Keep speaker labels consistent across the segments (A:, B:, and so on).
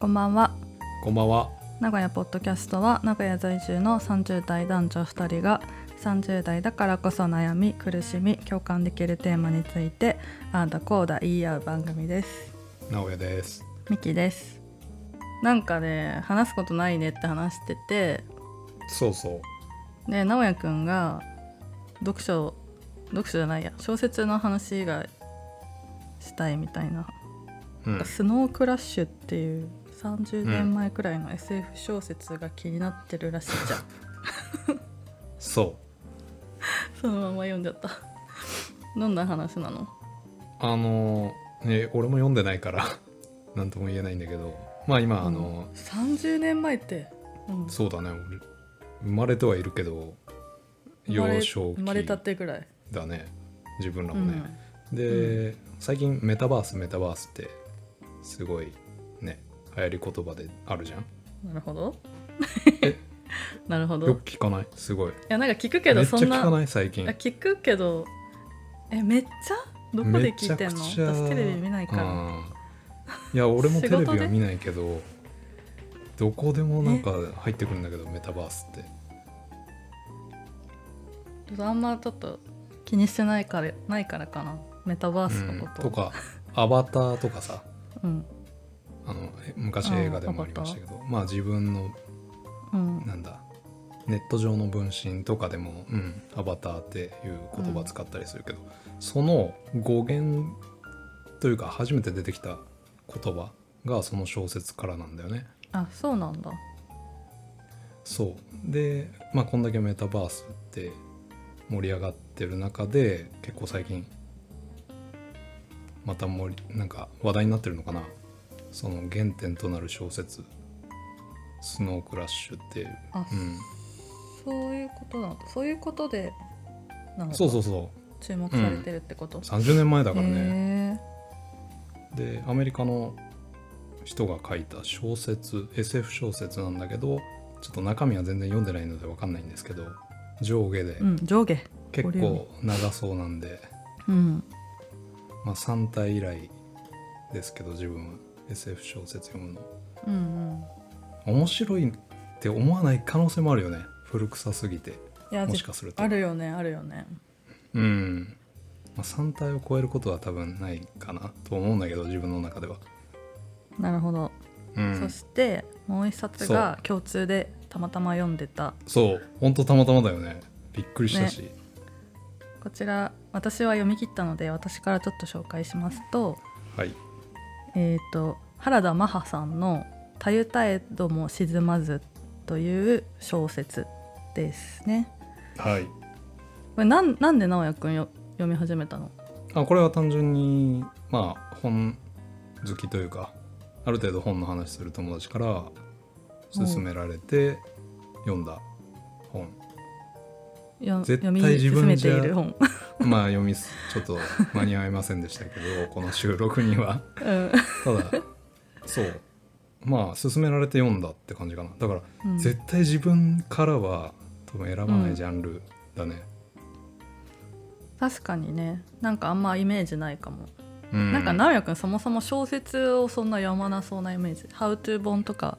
A: こんばんは
B: こんばんは。
A: 名古屋ポッドキャストは名古屋在住の30代男女2人が30代だからこそ悩み苦しみ共感できるテーマについてあーだこうだ言い合う番組です
B: 直哉です。
A: ミキですなんかね話すことないねって話してて
B: そうそう。
A: で直哉くんが読書読書じゃないや小説の話がしたいみたいな
B: うん。
A: スノークラッシュっていう30年前くらいの SF 小説が気になってるらしいじゃん
B: そ
A: そのまま読んじゃった どんな話なの
B: う。あのー、ね、俺も読んでないから、 なんとも言えないんだけど、まあ今、あのー、
A: 30年前って、うん、
B: そうだね、俺生まれてはいるけど、
A: 生まれ
B: 幼少
A: 生まれ
B: 期
A: たってぐらい、
B: だね、自分ら
A: う
B: もね。
A: ん、
B: で、最近、メタバース、メタバースって、すごい、ね、流行り言葉であるじゃん。
A: なるほど なるほど
B: よ
A: い
B: く聞かないすごい。
A: やなんか聞くけ
B: めっちゃ
A: どそん
B: 聞か
A: な
B: ない最近
A: あ。聞くけどえめっちゃどこで聞いてんの
B: めちゃくちゃ
A: 私テレビ見ないから、
B: うんいや俺もテレビ
A: 仕事で
B: は見ないけどどこでもなんか入ってくるんだけどメタバースって
A: ちょっとあんまちょっと気にしてないからないからかなメタバースのこと、
B: とかアバターとかさ
A: うん
B: あのえ昔映画でもありましたけどまあ自分の
A: うん
B: なんだネット上の分身とかでも、うん、アバターっていう言葉使ったりするけど、その語源というか初めて出てきた言葉がその小説からなんだよね。
A: あそうなんだ
B: そうでまあこんだけメタバースって盛り上がってる中で結構最近また盛りなんか話題になってるのかなその原点となる小説「スノークラッシュ」っていう、
A: あ
B: うん、
A: そういうことなんだそういうことでなんか
B: そうそうそ
A: 注目されてるってこと
B: う、30年前だからね
A: へ
B: でアメリカの人が書いた小説 SF 小説なんだけどちょっと中身は全然読んでないので分かんないんですけど上下で
A: えうん上下
B: 結
A: ボリューム
B: 構長そうなんで。
A: うん
B: まあ、3体以来ですけど自分は SF 小説読むの
A: うんうん
B: 面白いって思わない可能性もあるよね古臭すぎて
A: いや
B: もしかすると
A: あるよねあるよね
B: うん、まあ、3体を超えることは多分ないかなと思うんだけど自分の中では
A: なるほど、
B: うん
A: そしてもう一冊が共通でたまたま読んでた
B: そうほんとたまたまだよねびっくりしたし、
A: こちら私は読み切ったので私からちょっと紹介しますと
B: はい
A: えー、と原田マハさんの「たゆたえども沈まず」という小説ですね。
B: はい
A: これなんなんで直哉くんよ読み始めたの
B: あこれは単純にまあ本好きというかある程度本の話する友達から勧められて読んだ本、
A: よ
B: 絶
A: 読
B: 対
A: み
B: 自
A: 進
B: 分
A: め
B: じ
A: て
B: ゃ
A: いる 本。
B: まあ読みすちょっと間に合いませんでしたけどこの収録 には
A: うん
B: ただそうまあ勧められて読んだって感じかなだから、
A: うん
B: 絶対自分からは多分選ばないジャンルだね、
A: 確かにねなんかあんまイメージないかも。
B: うん
A: なんか直哉くんそもそも小説をそんな読まなそうなイメージ「ハウトゥー本とか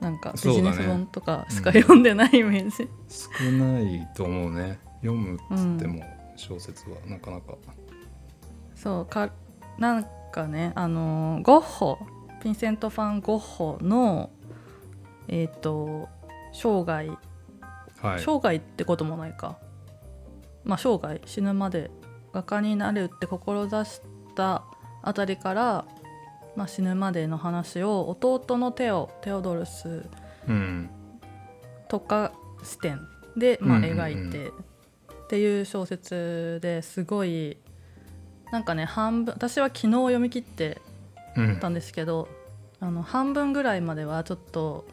A: なんかビジネ
B: そうだ
A: ス
B: ね
A: 本とかしか
B: うん
A: 読んでないイメージ。
B: 少ないと思うね読むっつっても小説はなかなか
A: そうかなんかねあのーゴッホヴィンセント・ファン・ゴッホのえっ、と生涯、
B: はい
A: 生涯ってこともないかまあ生涯死ぬまで画家になるって志したあたりから、まあ、死ぬまでの話を弟のテオテオドルス
B: うん
A: 特化視点で、まあ、
B: うんうんうん
A: 描いてっていう小説ですごいなんかね半分私は昨日読み切って
B: うん
A: たんですけどあの半分ぐらいまではちょっと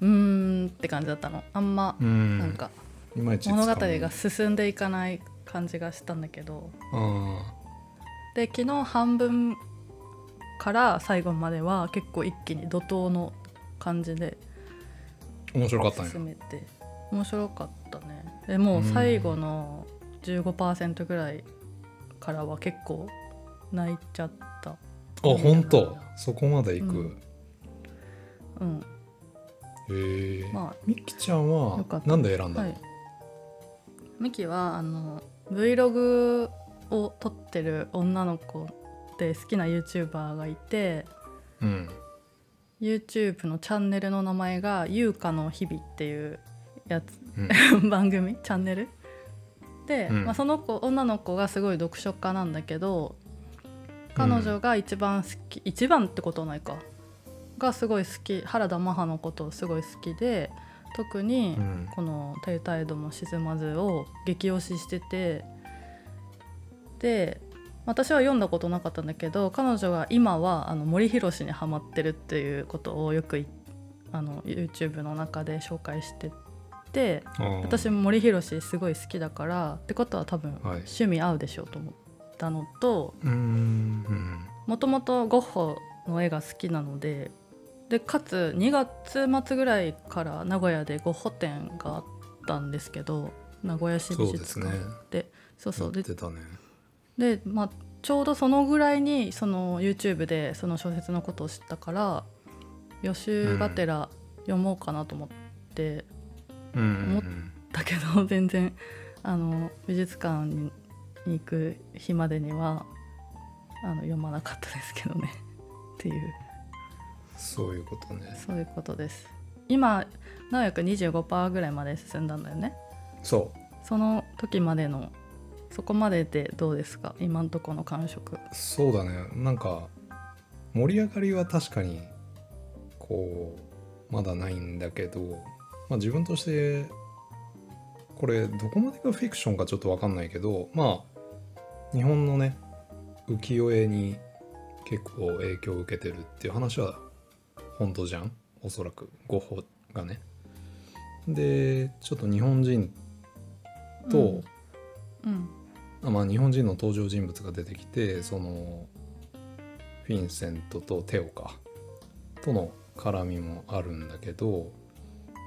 A: うーんって感じだったのあんま
B: うん
A: なんか
B: いまいちつかめ
A: 物
B: な
A: 語
B: い
A: が進んでいかない感じがしたんだけど
B: あ
A: で昨日半分から最後までは結構一気に怒涛の感じで
B: ー面白かったね
A: 進めて面白かったねでもう最後の15%ぐらいからは結構泣いちゃった
B: あ本当そこまで行く、
A: うんうん
B: へえ、
A: ま
B: みきちゃん
A: よ
B: は
A: かった
B: なんで選ん
A: あ
B: だ
A: は
B: の、
A: いミキはあの Vlog を撮ってる女の子で好きな YouTuber がいて
B: うん、
A: YouTube のチャンネルの名前が「優香の日々」っていうやつ
B: う ん、
A: 番組チャンネルで、
B: うん
A: まあ、その子女の子がすごい読書家なんだけど彼女が一番好き、一番ってことはないかがすごい好き原田マハのことをすごい好きで特に
B: うん
A: この「低態度も沈まず」を激推ししててで私は読んだことなかったんだけど彼女が今はあの森博にハマってるっていうことをよくいあの YouTube の中で紹介してて。
B: あー
A: 私も森博すごい好きだからってことは多分
B: はい
A: 趣味合うでしょうと思ったのと
B: うーん
A: もともとゴッホの絵が好きなのででかつ2月末ぐらいから名古屋でゴッホ展があったんですけど名古屋市美術館でそう
B: う
A: そうんで
B: やってたね
A: で、まあ、ちょうどそのぐらいにその YouTube でその小説のことを知ったから予習がてら読もうかなと思って。
B: うん
A: 思っだけど 全然あの美術館に行く日までにはあの読まなかったですけどねっていう
B: そういうことね
A: そういうことです今直哉くん25%ぐらいまで進んだんだよね
B: そ
A: その時までのそこまででどうですか今んとこの感触
B: うそうだねなんか盛り上がりは確かにこうまだないんだけど、まあ、自分としてこれどこまでがフィクションかちょっと分かんないけどまあ日本のね浮世絵に結構影響を受けてるっていう話は本当じゃんおそらくゴッホがね。でちょっと日本人と、
A: うん
B: あまあ、日本人の登場人物が出てきてそのフィンセントとテオかとの絡みもあるんだけど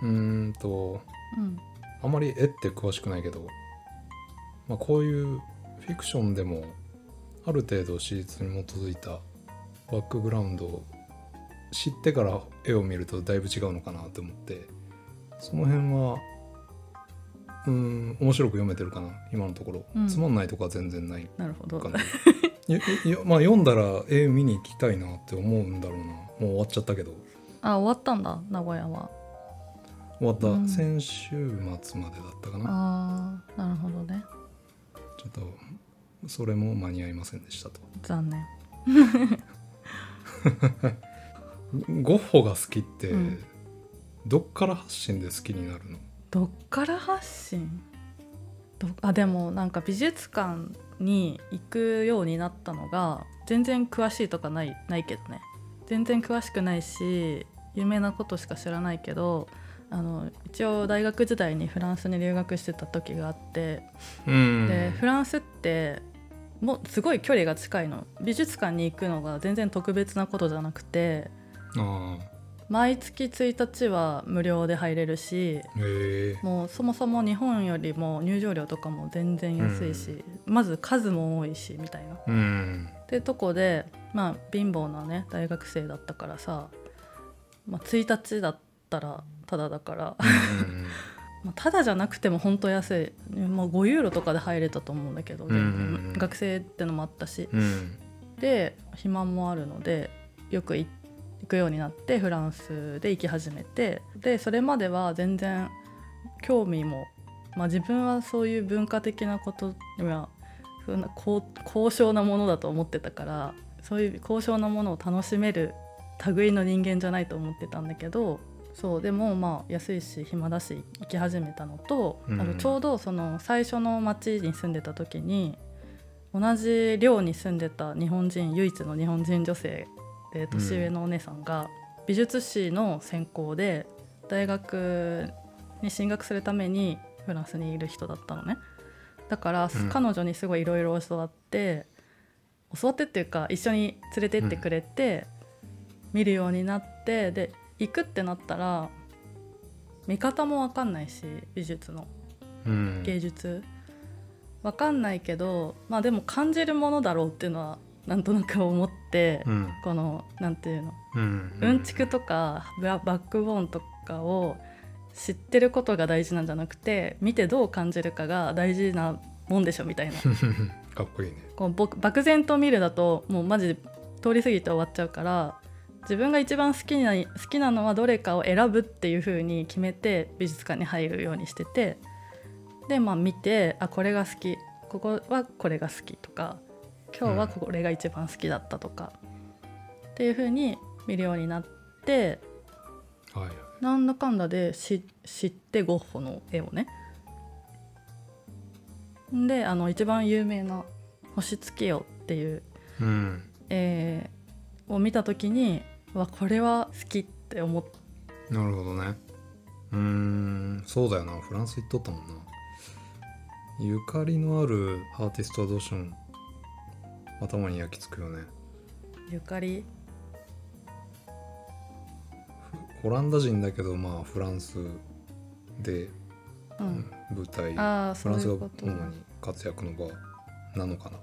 B: うーんと
A: うん
B: あまり絵って詳しくないけど、まあ、こういうフィクションでもある程度史実に基づいたバックグラウンドを知ってから絵を見るとだいぶ違うのかなと思ってその辺はうーん面白く読めてるかな今のところ、
A: うん
B: つまんないとかは全然ない
A: なるほど
B: かな いやいやまあ読んだら絵見に行きたいなって思うんだろうなもう終わっちゃったけど
A: あ終わったんだ名古屋は
B: 終わった、
A: うん
B: 先週末までだったかな
A: ああなるほどね
B: ちょっとそれも間に合いませんでしたと
A: 残念
B: ゴッホが好きって、
A: うん
B: どっから発信で好きになるの
A: どっから発信どあでもなんか美術館に行くようになったのが全然詳しいとかないないけどね全然詳しくないし有名なことしか知らないけどあの一応大学時代にフランスに留学してた時があって
B: うん
A: でフランスってもうすごい距離が近いの美術館に行くのが全然特別なことじゃなくて
B: あ
A: 毎月1日は無料で入れるし
B: あへえ
A: もうそもそも日本よりも入場料とかも全然安いし、まず数も多いしみたいな。っ
B: うん
A: てとこでまあ貧乏なね大学生だったからさ、まあ、1日だったらただだから、 まあ、ただじゃなくても本当安いもう5ユーロとかで入れたと思うんだけど、
B: うんうんうん
A: 学生ってのもあったし
B: うんうん
A: で暇もあるのでよく行行くようになってフランスで行き始めてでそれまでは全然興味も、まあ、自分はそういう文化的なことにはそんな高高尚なものだと思ってたからそういう高尚なものを楽しめる類の人間じゃないと思ってたんだけどそうでもまあ安いし暇だし行き始めたのと、
B: うん
A: あのちょうどその最初の町に住んでた時に同じ寮に住んでた日本人唯一の日本人女性で年上のお姉さんが美術史の専攻で大学に進学するためにフランスにいる人だったのねだから
B: うん
A: 彼女にすごいいろいろ教わって、教わってっていうか一緒に連れてってくれて、見るようになってで行くってなったら見方も分かんないし美術の
B: うん
A: 芸術分かんないけどまあでも感じるものだろうっていうのはなんとなく思って、
B: うん
A: このなんていうの
B: うん
A: うんちくとかババックボーンとかを知ってることが大事なんじゃなくて見てどう感じるかが大事なもんでしょみたいな
B: かっこいいね
A: こうぼ漠然と見るだともうマジで通り過ぎて終わっちゃうから自分が一番好きな好きなのはどれかを選ぶっていう風に決めて美術館に入るようにしててでまあ見てあこれが好きここはこれが好きとか今日はこれが一番好きだったとか、っていう風に見るようになって
B: はい
A: なんだかんだでし知ってゴッホの絵をねであの一番有名な「星月夜」っていう
B: うん
A: 絵を見た時にわこれは好きって思っ
B: なるほどねうーんそうだよなフランス行っとったもんなゆかりのあるアーティストはどうしても頭に焼き付くよね
A: ゆかり
B: ホランダ人だけどまあフランスで
A: うん、
B: 舞台
A: ああ
B: フ
A: そ
B: ラン
A: うい
B: ス
A: う
B: が
A: こと
B: 主に活躍の場なのかな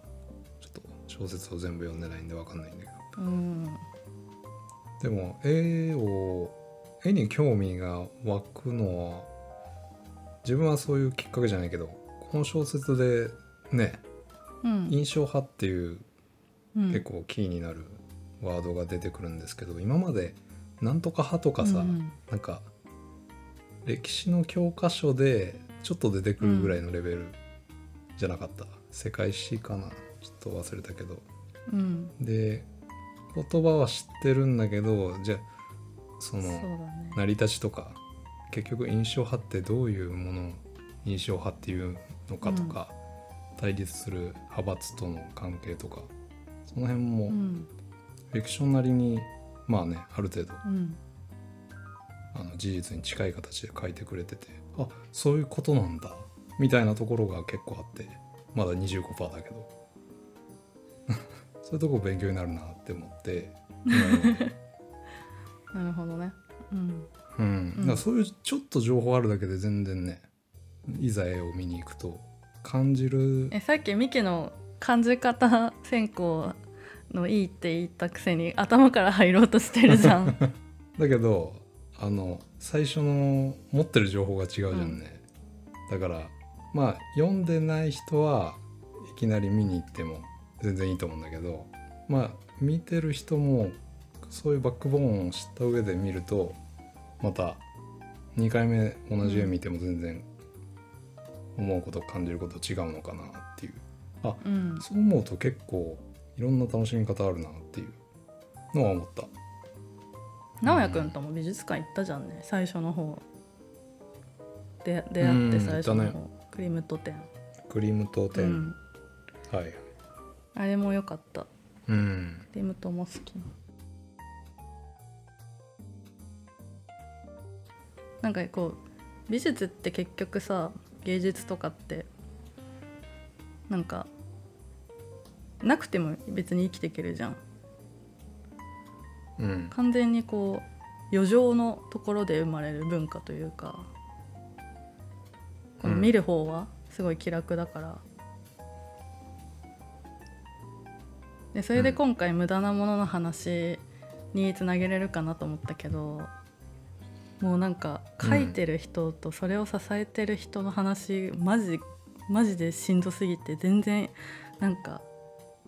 B: ちょっと小説を全部読んでないんでわかんないんだけど
A: うん
B: でも絵を絵に興味が湧くのは自分はそういうきっかけじゃないけどこの小説でね
A: うん
B: 印象派っていう
A: うん
B: 結構キーになるワードが出てくるんですけど今までなんとか派とかさ、
A: うん
B: なんか歴史の教科書でちょっと出てくるぐらいのレベルじゃなかった、世界史かなちょっと忘れたけど
A: うん
B: で言葉は知ってるんだけどじゃあそ
A: そう
B: の
A: だね
B: 成り立ちとか結局印象派ってどういうものを印象派っていうのかとか、対立する派閥との関係とかその辺
A: う
B: も
A: ん
B: フィクションなりに、まあねある程度
A: うん
B: あの事実に近い形で書いてくれててあそういうことなんだみたいなところが結構あってまだ25%だけど そういうとこ勉強になるなって思って今読んで
A: なるほどねうん
B: うん、
A: うん
B: だからそういうちょっと情報あるだけで全然ねいざ絵を見に行くと感じる
A: えさっきミキの感じ方選考のいいって言ったくせに頭から入ろうとしてるじゃん
B: だけどあの最初の持ってる情報が違うじゃんね、だからまあ読んでない人はいきなり見に行っても全然いいと思うんだけどまあ見てる人もそういうバックボーンを知った上で見るとまた2回目同じ絵見ても全然思うこと感じること違うのかなっていう
A: うん
B: そう思うと結構いろんな楽しみ方あるなっていうのは思った
A: 直也くんとも美術館行ったじゃんね最初の方で出会って最初の
B: うん行っ
A: 方、クリムト展、
B: クリームと
A: う
B: 天、
A: ん、
B: はい
A: あれも良かったク
B: うん
A: リムトも好きなんかこう美術って結局さ芸術とかってなんかなくても別に生きていけるじゃん
B: うん
A: 完全にこう余剰のところで生まれる文化というかこの
B: うん
A: 見る方はすごい気楽だから、でそれで今回無駄なものの話につなげれるかなと思ったけどもうなんか書いてる人とそれを支えてる人の話、マジマジでしんどすぎて全然なんか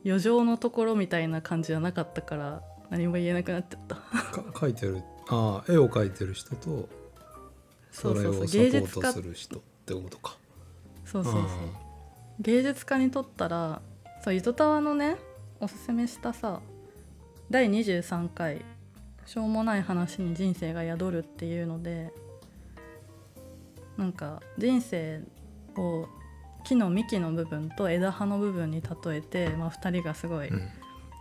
A: 余剰のところみたいな感じじゃなかったから何も言えなくなっちゃった。
B: か描いてるああ絵を描いてる人と
A: そ
B: そうれ
A: そ
B: を
A: う
B: サ
A: そ
B: ポ
A: う芸術家
B: ート
A: そ
B: す
A: う
B: る人ってことか
A: そうそう芸術家にとったらそう糸タワのねおすすめしたさ第23回「しょうもない話に人生が宿る」っていうのでなんか人生を木の幹の部分と枝葉の部分に例えて、まあ、2人がすごい
B: うん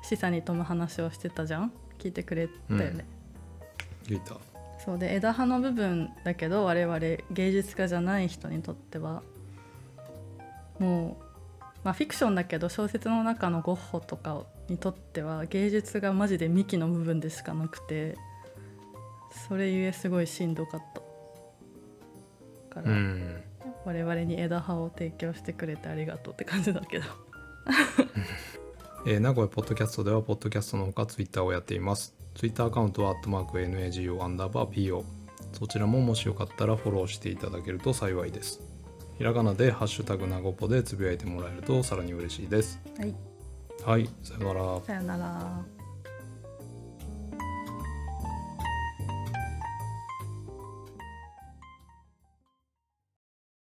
A: 示唆に富む話をしてたじゃん聞いてくれたよね。
B: うんギター
A: そうで枝葉の部分だけど我々芸術家じゃない人にとってはもう、まあ、フィクションだけど小説の中のゴッホとかにとっては芸術がマジで幹の部分でしかなくてそれゆえすごいしんどかったから、
B: うん
A: 我々に枝葉を提供してくれてありがとうって感じだけど
B: えー名古屋ポッドキャストでは、ポッドキャストのほかツイッターをやっています。ツイッターアカウントは、アットマーク NAGO アンダーバー PO。そちらももしよかったらフォローしていただけると幸いです。ひらがなで、ハッシュタグなごぽでつぶやいてもらえるとさらに嬉しいです。
A: はい、
B: はい、さよなら。
A: さよなら。